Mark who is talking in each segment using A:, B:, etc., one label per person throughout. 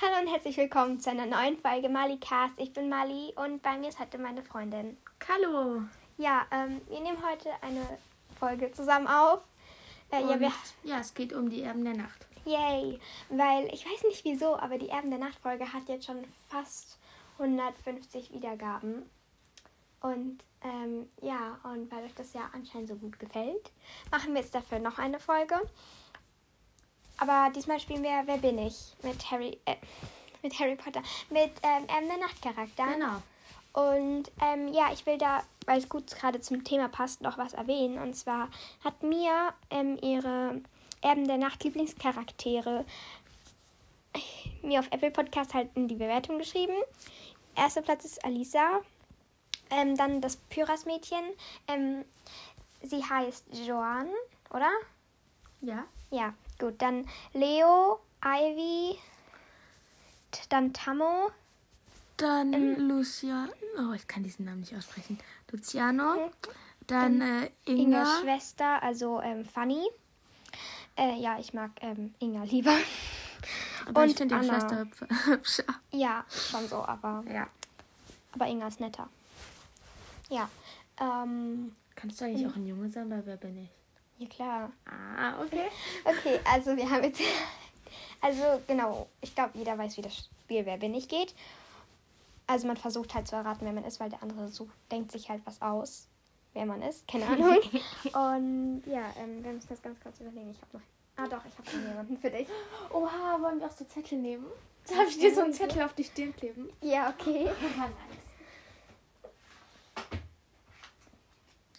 A: Hallo und herzlich willkommen zu einer neuen Folge Mali Cast. Ich bin Mali und bei mir ist heute meine Freundin.
B: Hallo.
A: Ja, ähm, wir nehmen heute eine Folge zusammen auf. Äh, ja,
B: Und,
A: wir,
B: ja, es geht um die Erben der Nacht.
A: yay, weil ich weiß nicht wieso, aber die Erben der Nacht Folge hat jetzt schon fast 150 Wiedergaben. Und ähm, ja, und weil euch das ja anscheinend so gut gefällt, machen wir jetzt dafür noch eine Folge. Aber diesmal spielen wir Wer bin ich? mit Harry, äh, mit Harry Potter, mit ähm, Erben der Nacht Charakteren.
B: Genau.
A: Und ähm, ja, ich will da, weil es gut gerade zum Thema passt, noch was erwähnen. Und zwar hat Mia ähm, ihre Erben der Nacht Lieblingscharaktere mir auf Apple Podcast halt in die Bewertung geschrieben. Erster Platz ist Alisa, ähm, dann das Pyras-Mädchen. Ähm, sie heißt Joanne, oder?
B: Ja.
A: Ja, gut. Dann Leo, Ivy, t- dann Tammo,
B: Dann Luciano. Oh, ich kann diesen Namen nicht aussprechen. Luciano. Dann äh, Inga.
A: Ingas Schwester, also ähm, Fanny. Äh, ja, ich mag ähm, Inga lieber.
B: aber ich
A: und
B: finde die
A: Anna.
B: Schwester hübsch- hübscher.
A: ja, schon so, aber,
B: Ja.
A: aber Inga ist netter. Ja, ähm,
B: Kannst du eigentlich auch ein Junge sein, weil wer bin ich?
A: ja klar.
B: Ah, okay.
A: Okay, also wir haben jetzt. Also genau, ich glaube, jeder weiß, wie das Spiel Wer bin ich geht. Also man versucht halt zu erraten, wer man ist, weil der andere so denkt sich halt was aus, wer man ist. Keine Ahnung. Und ja, ähm, wir müssen das ganz kurz überlegen. Ich habe noch. Ah doch, ich habe schon jemanden für dich.
C: Oha, wollen wir auch so Zettel nehmen? Da habe ich dir so einen Zettel auf die Stirn kleben.
A: Ja, okay.
C: Oha, nice.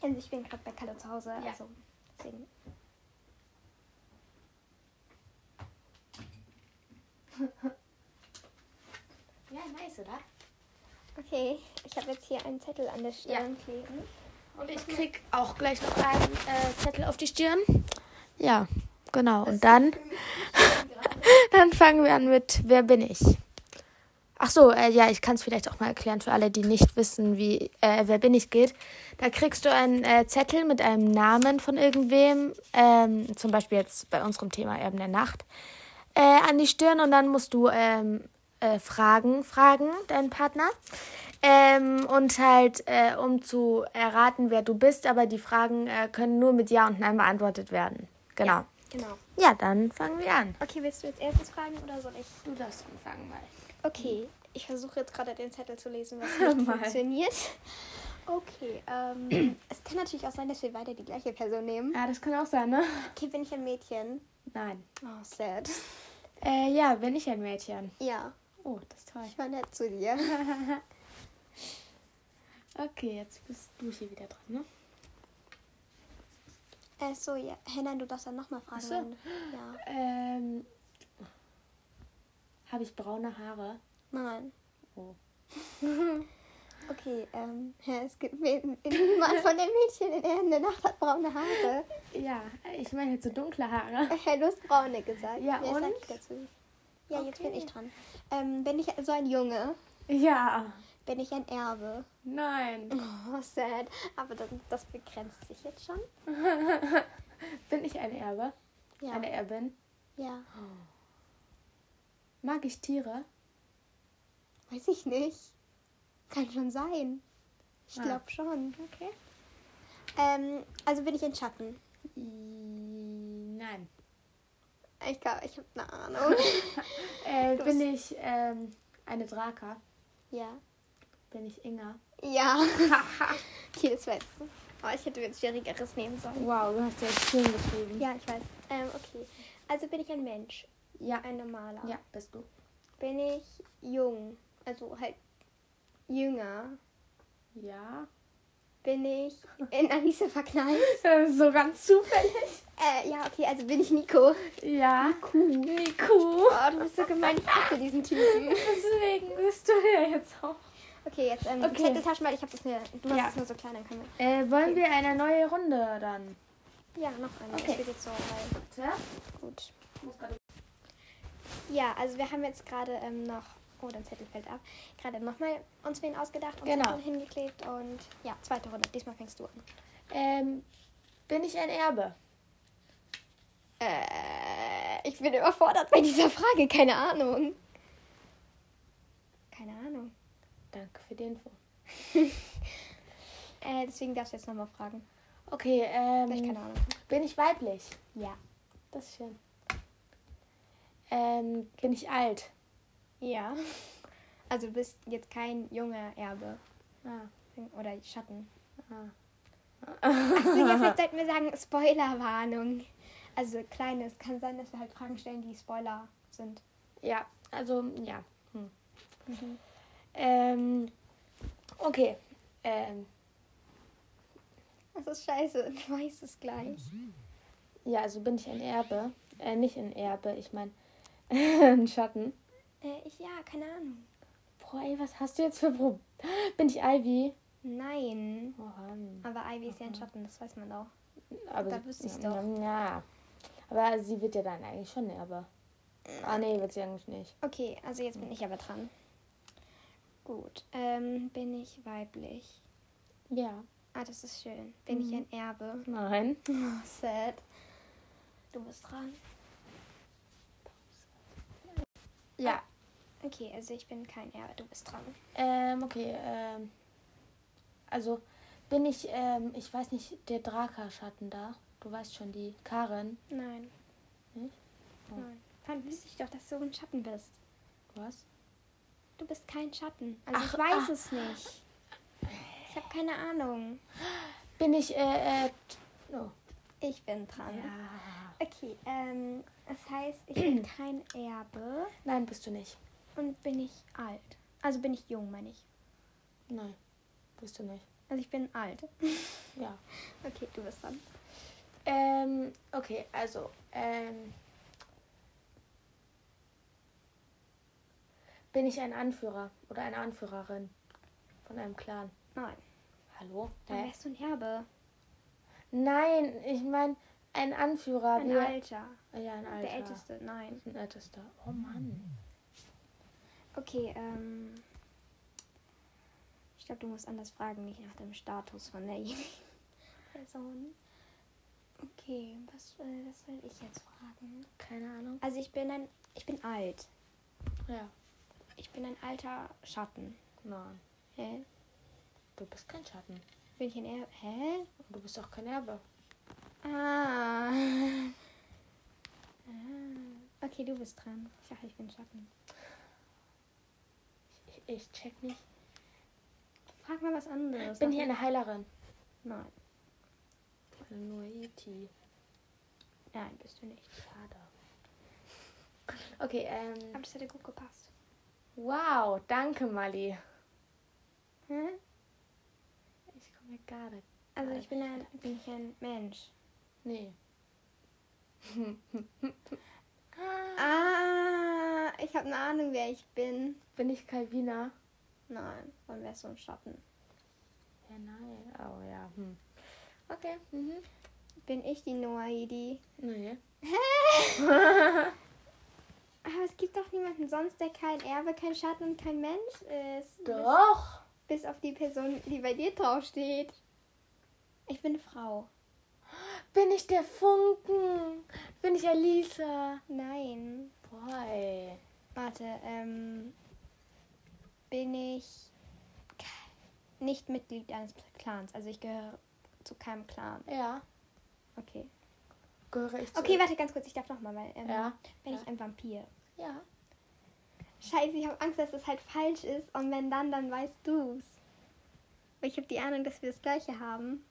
A: Also ich bin gerade bei Kalle zu Hause,
C: Ja.
A: also deswegen.
C: Ja, nice, oder?
A: Okay, ich habe jetzt hier einen Zettel an der Stirn kleben.
C: Und ich
B: krieg auch gleich noch einen äh, Zettel auf die Stirn. Ja, genau. Und dann, dann fangen wir an mit Wer bin ich? Ach so, äh, ja, ich kann es vielleicht auch mal erklären für alle, die nicht wissen, wie äh, Wer bin ich geht. Da kriegst du einen äh, Zettel mit einem Namen von irgendwem, ähm, zum Beispiel jetzt bei unserem Thema Erben der Nacht, äh, an die Stirn und dann musst du ähm, äh, Fragen fragen, deinen Partner. Ähm, und halt, äh, um zu erraten, wer du bist, aber die Fragen äh, können nur mit Ja und Nein beantwortet werden. Genau. Ja,
A: Genau.
B: dann fangen wir an.
A: Okay, willst du jetzt erstes fragen oder soll ich?
C: Du darfst anfangen mal.
A: Okay, ich versuche jetzt gerade den Zettel zu lesen, was nicht funktioniert. Okay, ähm, es kann natürlich auch sein, dass wir weiter die gleiche Person nehmen.
C: Ja, das kann auch sein, ne?
A: Okay, bin ich ein Mädchen?
C: Nein.
A: Ah. Oh, sad.
C: Äh, ja, bin ich ein Mädchen.
A: Ja,
C: Oh, das ist toll.
A: ich war nett zu dir.
C: Okay, jetzt bist du hier wieder dran, ne?
A: Äh, so, ja. Hey, nein, du darfst dann nochmal fragen.
C: so.
A: wenn du- Ja,
C: Ähm. Habe ich braune Haare?
A: nein.
C: Oh.
A: Okay, ähm, ja, es gibt Mäden- niemand von den Mädchen in der, in der Nacht hat braune Haare.
C: Ja, ich meine jetzt so dunkle Haare.
A: Äh, du hast braune gesagt.
C: Ja,
A: Wer sagt
C: und?
A: dazu? Ja, jetzt bin
C: Okay.
A: ich dran. Ähm, bin ich so ein Junge?
C: Ja.
A: Bin ich ein Erbe?
C: Nein.
A: Oh, sad. Aber das, das begrenzt sich jetzt schon.
C: Bin ich ein Erbe?
A: Ja.
C: Eine Erbin?
A: ja.
C: Mag ich Tiere?
A: Weiß ich nicht. Kann schon sein. Ich
C: Ah.
A: glaube schon. Okay. Ähm, also bin ich ein Schatten.
C: Nein.
A: Ich glaube, ich habe eine Ahnung.
C: Äh,
A: Du
C: bin ich ähm, eine Draka?
A: ja.
C: Bin ich Inga?
A: Ja. okay, das war jetzt. Oh, ich hätte mir jetzt Schwierigeres nehmen sollen.
C: Wow, du hast ja jetzt schön geschrieben.
A: Ja, ich weiß. Ähm, okay. Also bin ich ein Mensch.
C: Ja,
A: Ein normaler.
C: ja, bist du.
A: Bin ich jung. Also halt jünger.
C: Ja.
A: Bin ich in Alice verknallt?
C: So ganz zufällig.
A: Äh, ja, okay, also bin ich Nico.
C: Ja.
A: Cool.
C: Nico.
A: Oh, du bist so gemein, ich hasse diesen Typen.
C: Deswegen bist du ja jetzt auch.
A: Okay, jetzt ähm,
C: Okay.
A: Zetteltaschen, weil ich habe das mir. Du hast
C: Ja.
A: es nur so klein, dann können
C: Äh, wollen wir eine neue Runde dann?
A: wir. Ja, noch eine.
C: Okay.
A: Ich will jetzt so rein.
C: Tja?
A: Gut. Ja, also wir haben jetzt gerade ähm, noch. Oh, dein Zettel fällt ab. Gerade nochmal uns wen ausgedacht und
C: Genau.
A: Zettel hingeklebt und ja, zweite Runde. Diesmal fängst du an.
C: Ähm, bin ich ein Erbe?
A: Äh, ich bin überfordert bei dieser Frage, keine Ahnung.
C: Danke für die Info.
A: Äh, deswegen darfst du jetzt nochmal fragen.
C: Okay,
A: Vielleicht
C: ähm,
A: keine Ahnung.
C: bin ich weiblich?
A: Ja.
C: Das ist schön. Ähm, bin ich alt?
A: Ja. Also du bist jetzt kein junger Erbe
C: Ah,
A: oder Schatten.
C: ah.
A: Achso, ja, vielleicht sollten wir sagen Spoilerwarnung. Also kleines. Kann sein, dass wir halt Fragen stellen, die Spoiler sind.
C: Ja, also ja. Hm. Ähm, okay. Ähm,
A: Das ist scheiße. Ich weiß es gleich.
C: ja, also bin ich ein Erbe. Äh, nicht ein Erbe, ich meine ein Schatten.
A: Äh, ich, ja, keine Ahnung.
C: Boah, ey, was hast du jetzt für Pro Bin ich Ivy?
A: Nein.
C: Oh, Mann.
A: Aber Ivy ist ja ein Schatten, das weiß man doch.
C: aber
A: da
C: sie-
A: wüsste ich's
C: ja, Ja. Aber sie wird ja dann eigentlich schon ein Erbe. Ah, nee, wird sie eigentlich nicht.
A: Okay, also jetzt bin ich aber dran. Gut. Ähm, bin ich weiblich?
C: Ja.
A: Ah, das ist schön. Bin ich ein Erbe?
C: Nein.
A: Oh, sad. Du bist dran.
C: Ja.
A: Okay, also ich bin kein Erbe, du bist dran.
C: Ähm, okay, ähm. Also bin ich, ähm, ich weiß nicht, der Draka-Schatten da. Du weißt schon, die Karen.
A: Nein.
C: Nicht? Oh.
A: Nein. Wann wüsste ich doch, dass du ein Schatten bist?
C: Was?
A: Du bist kein Schatten. Also
C: Ach,
A: ich weiß es nicht. Ich habe keine Ahnung.
C: Bin ich, äh, äh. Oh.
A: Ich bin dran. Okay, ähm, das heißt, ich bin kein Erbe
C: Nein, bist du nicht.
A: und bin ich alt. Also bin ich jung, meine ich.
C: Nein, bist du nicht.
A: Also ich bin alt.
C: Ja.
A: Okay, du bist dran.
C: Ähm, okay, also, ähm. Bin ich ein Anführer oder eine Anführerin von einem Clan?
A: Nein.
C: Hallo?
A: Dann
C: Hä?
A: wärst du ein Erbe.
C: Nein, ich meine, ein Anführer.
A: Ein
C: wir-
A: Alter.
C: Ja, ein Alter.
A: Der Älteste, nein.
C: Ein Ältester. Oh Mann.
A: Okay, ähm. Ich glaube, du musst anders fragen, nicht nach dem Status von derjenigen Person. Okay, was, äh, was soll ich jetzt fragen?
C: Keine Ahnung.
A: Also ich bin ein. Ich bin alt.
C: Ja.
A: Ich bin ein alter Schatten.
C: Nein.
A: Hä?
C: Du bist kein Schatten.
A: Bin ich ein Erbe? Hä?
C: Und du bist auch kein Erbe.
A: Ah. Ah. Okay, du bist dran. Ich dachte, ich bin Schatten.
C: Ich, ich check nicht.
A: Frag mal was anderes.
C: Bin
A: Lass
C: ich
A: mich-
C: eine Heilerin?
A: Nein.
C: Nur E.T.
A: Nein, bist du nicht.
C: Schade. Okay,
A: Aber
C: ähm.
A: das hätte gut gepasst.
C: Wow, danke, Mali.
A: Hä?
C: Ich komme gar nicht.
A: Also ich bin ein, bin ich ein Mensch.
C: Nee.
A: Ah, ich habe eine Ahnung, wer ich bin.
C: Bin ich Calvina?
A: Nein, dann wärst du ein Schatten.
C: Ja, nein. Oh ja. Hm. Okay. Mhm.
A: Bin ich die Noahidi?
C: Nee.
A: Aber es gibt doch niemanden sonst, der kein Erbe, kein Schatten und kein Mensch ist.
C: Doch.
A: Bis, bis auf die Person, die bei dir draufsteht. Ich bin eine Frau.
C: Bin ich der Funken? Bin ich Alisa?
A: Nein.
C: Boy.
A: Warte, ähm. Bin ich ke- nicht Mitglied eines Clans. Also ich gehöre zu keinem Clan.
C: Ja.
A: Okay.
C: Gehöre ich zu.
A: Okay, warte ganz kurz, ich darf nochmal, weil ähm,
C: Ja.
A: bin
C: Ja.
A: ich ein Vampir.
C: Ja.
A: Scheiße, ich habe Angst, dass das halt falsch ist und wenn dann, dann weißt du's. Aber ich habe die Ahnung, dass wir das gleiche haben.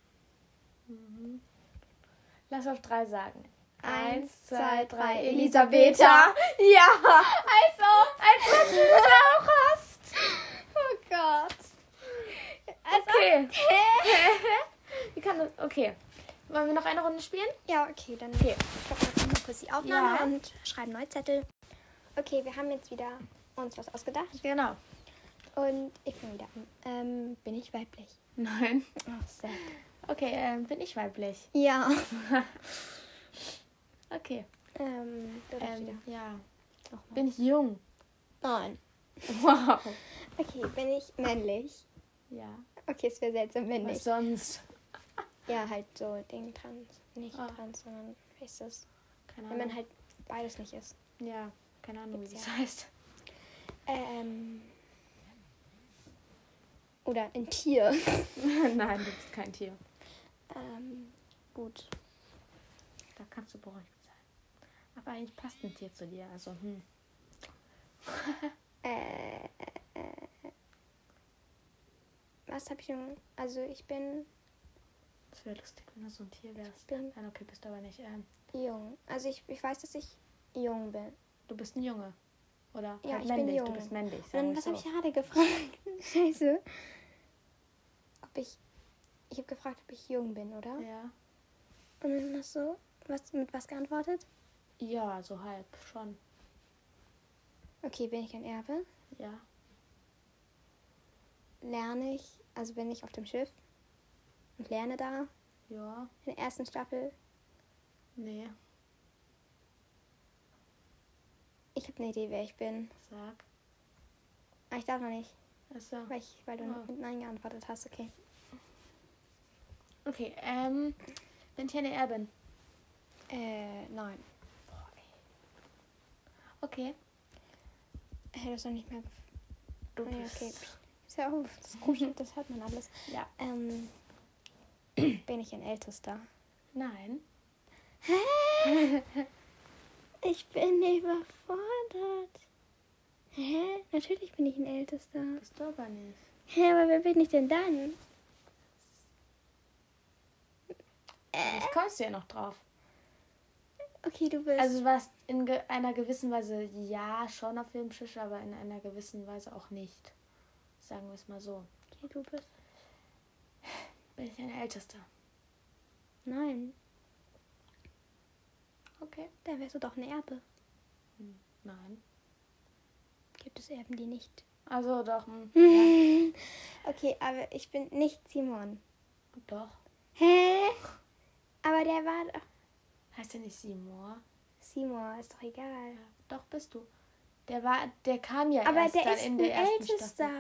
C: Lass auf drei sagen.
A: Eins, zwei, drei.
C: Elisabetha. Ja. Also, als ob du es auch hast.
A: Oh Also, Gott.
C: Okay. Wie kann das? Okay. Wollen wir noch eine Runde spielen?
A: Ja, okay, dann okay. stoppen wir jetzt mal kurz die Aufnahme
C: Ja.
A: und schreiben neue Zettel. Okay, wir haben jetzt wieder uns was ausgedacht
C: Genau.
A: und ich bin wieder. an. Ähm, bin ich weiblich?
C: Nein.
A: Oh, sad.
C: Okay, ähm, bin ich weiblich?
A: Ja.
C: Okay.
A: ähm, du darfst wieder.
C: Ähm, ja.
A: Nochmal.
C: Bin ich jung?
A: Nein.
C: Wow.
A: Okay, bin ich männlich?
C: Ja.
A: Okay, es wäre seltsam, wenn
C: Was
A: nicht.
C: sonst?
A: Ja, halt so Ding trans. Nicht
C: Ah.
A: trans, sondern wie ist das?
C: Keine
A: Wenn man halt beides nicht ist.
C: ja. Keine Ahnung, wie
A: Gibt's
C: das heißt.
A: Ähm. Oder ein Tier.
C: Nein, du bist kein Tier.
A: Ähm, gut.
C: Da kannst du beruhigt sein. Aber eigentlich passt ein Tier zu dir. Also, hm.
A: Äh, äh, was habe ich denn? Also ich bin
C: Es wäre lustig, wenn du so ein Tier wärst.
A: bin
C: Nein, okay, bist du aber nicht. Ähm,
A: jung. Also ich, ich weiß, dass ich jung bin.
C: du bist ein Junge. Oder
A: Ja,
C: halt
A: ich bin
C: männlich.
A: jung.
C: Du bist männlich.
A: Und dann,
C: Sagen
A: was
C: wir
A: habe
C: es
A: ich
C: so.
A: gerade gefragt? Scheiße. Ob ich. Ich habe gefragt, ob ich jung bin, oder?
C: Ja.
A: Und dann hast du was, mit was geantwortet?
C: ja, so halb schon.
A: Okay, bin ich ein Erbe?
C: Ja.
A: Lerne ich, also bin ich auf dem Schiff und lerne da
C: Ja.
A: in der ersten Staffel.
C: Nee.
A: Ich habe eine Idee, wer ich bin.
C: Sag.
A: Aber ich darf noch nicht,
C: Also.
A: weil, ich, weil du
C: Ah.
A: mit Nein geantwortet hast. Okay.
C: Okay, ähm. Wenn ich eine Erbin.
A: Äh, nein.
C: Okay.
A: Hey, das ist noch nicht mehr. gef-
C: Du
A: Ah ja,
C: bist.
A: okay. Psst. Ist ja auf. Das, kuschelt, das hört man alles.
C: Ja.
A: Ähm, bin ich ein Ältester?
C: Nein.
A: Ich bin überfordert. Hä? Natürlich bin ich ein Ältester.
C: Bist du aber nicht.
A: Hä, aber wer bin ich denn dann?
C: Ich kommst du ja noch drauf.
A: Äh, Okay, du bist.
C: Also du warst in ge einer gewissen Weise ja schon auf dem Tisch, aber in einer gewissen Weise auch nicht. Sagen wir es mal so.
A: okay, du bist.
C: Bin ich eine Älteste?
A: Nein,
C: Okay.
A: dann wärst du doch ein Erbe.
C: Nein.
A: Gibt es Erben, die nicht.
C: Also doch. hm,
A: Okay, aber ich bin nicht Simon.
C: Doch.
A: Hä? Aber der war doch.
C: Heißt der nicht Simon?
A: Simon, ist doch egal.
C: Ja, doch bist du. Der war, der kam ja
A: aber
C: erst
A: der
C: dann
A: ist
C: in
A: ein
C: der ersten Staffel.
A: Ältester.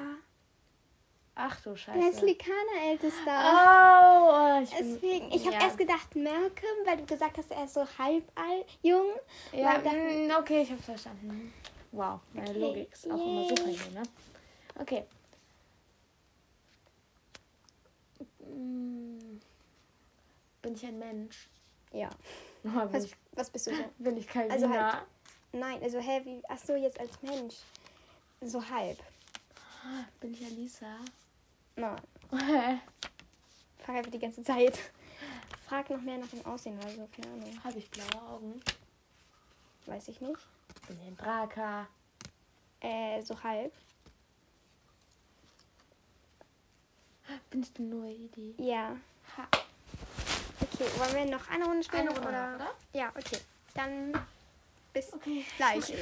C: Ach du
A: Der ist
C: Scheiße.
A: Likaner-Ältester.
C: Oh, ich bin,
A: Deswegen, ich habe
C: ja.
A: erst gedacht Malcolm, weil du gesagt hast, er ist so halb alt, jung.
C: Ja,
A: weil dann-
C: mm, okay, ich hab's verstanden. Wow, meine
A: Okay,
C: Logik ist auch immer
A: yay.
C: super hier, ne? Okay. Mm, Bin ich ein Mensch?
A: Ja.
C: Oh, bin,
A: Was,
C: ich,
A: was bist du so?
C: bin ich kein
A: also
C: also
A: halt- Nein, also hä, wie, ach so, jetzt als Mensch. So halb.
C: Bin ich Alisa?
A: Nein, frag einfach die ganze Zeit. Frag noch mehr nach dem Aussehen oder so, keine Ahnung.
C: Habe ich blaue Augen?
A: Weiß ich nicht.
C: Bin ich ein Draka?
A: Äh, so halb.
C: Bin ich eine Noedi?
A: Ja.
C: Ha.
A: Okay, wollen wir noch eine Runde spielen?
C: Eine Runde
A: oder?
C: noch, oder?
A: Ja, okay. Dann bis
C: Okay.
A: gleich.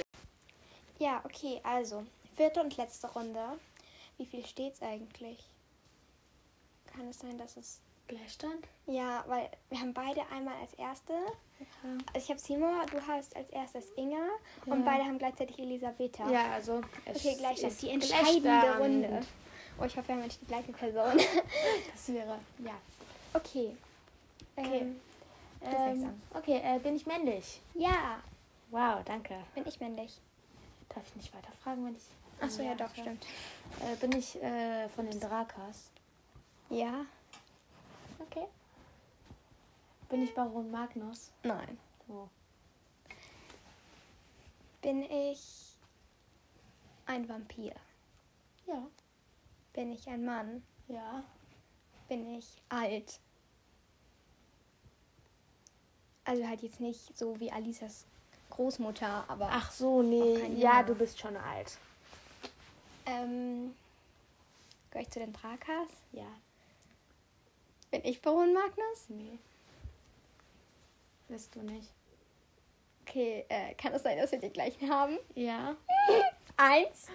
A: Ja, okay, also. Vierte und letzte Runde. Wie viel steht's eigentlich? Kann es sein, dass es.
C: Gleichstand?
A: Ja, weil wir haben beide einmal als Erste. Also ich habe Simon, du hast als erstes Inga und
C: Ja.
A: beide haben gleichzeitig Elisabetha.
C: Ja, also. es
A: Okay, gleich das
C: ist
A: die entscheidende
C: Gleichstand.
A: Runde. Oh, ich hoffe, wir haben nicht die gleiche Person.
C: Das wäre, ja.
A: okay.
C: Okay.
A: Ähm, fängst
C: Ähm,
A: an.
C: okay, äh, bin ich männlich?
A: ja,
C: Wow, danke.
A: bin ich männlich.
C: Darf ich nicht weiterfragen, wenn ich.
A: Achso, ja, doch,
C: okay.
A: stimmt.
C: Äh, bin ich äh, von den Drakas?
A: Ja,
C: Okay. Bin ich Baron Magnus?
A: nein.
C: Oh.
A: Bin ich ein Vampir?
C: Ja.
A: Bin ich ein Mann?
C: Ja.
A: Bin ich alt? Also halt jetzt nicht so wie Alisas Großmutter, aber
C: Ach so,
A: Auch
C: nee.
A: kein
C: Ja,
A: Junge.
C: du bist schon alt.
A: ähm, gehöre ich zu den Drakas?
C: Ja,
A: Bin ich Baron Magnus?
C: nee. Bist du nicht?
A: Okay, äh, kann es sein, dass wir die gleichen haben?
C: Ja.
A: Eins,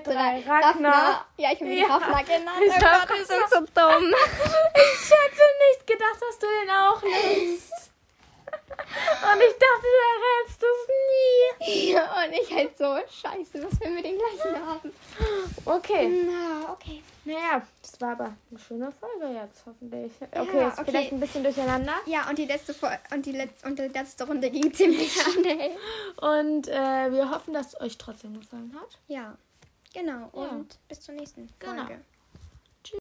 A: zwei,
C: drei.
A: drei.
C: Ragnar.
A: Ragnar. Ja, ich habe mich
C: Ja.
A: Ragnar genannt.
C: Ich
A: Oh
C: hab
A: Gott, wir sind so dumm.
C: Ich hätte nicht gedacht, dass du den auch nimmst. Und ich dachte, du errätst es
A: ja, und ich halt so, scheiße, was wenn wir den gleichen haben?
C: nie.
A: Mhm.
C: Okay.
A: Na, okay.
C: Naja, das war aber eine schöne Folge jetzt, hoffentlich. Okay,
A: Ja,
C: ist
A: okay.
C: vielleicht ein bisschen durcheinander.
A: Ja, und die letzte Fol- und die letzte und die letzte Runde ging ziemlich schnell.
C: Und äh, wir hoffen, dass es euch trotzdem gefallen hat.
A: Ja. Genau.
C: Ja.
A: Und bis zur nächsten
C: Genau.
A: Folge.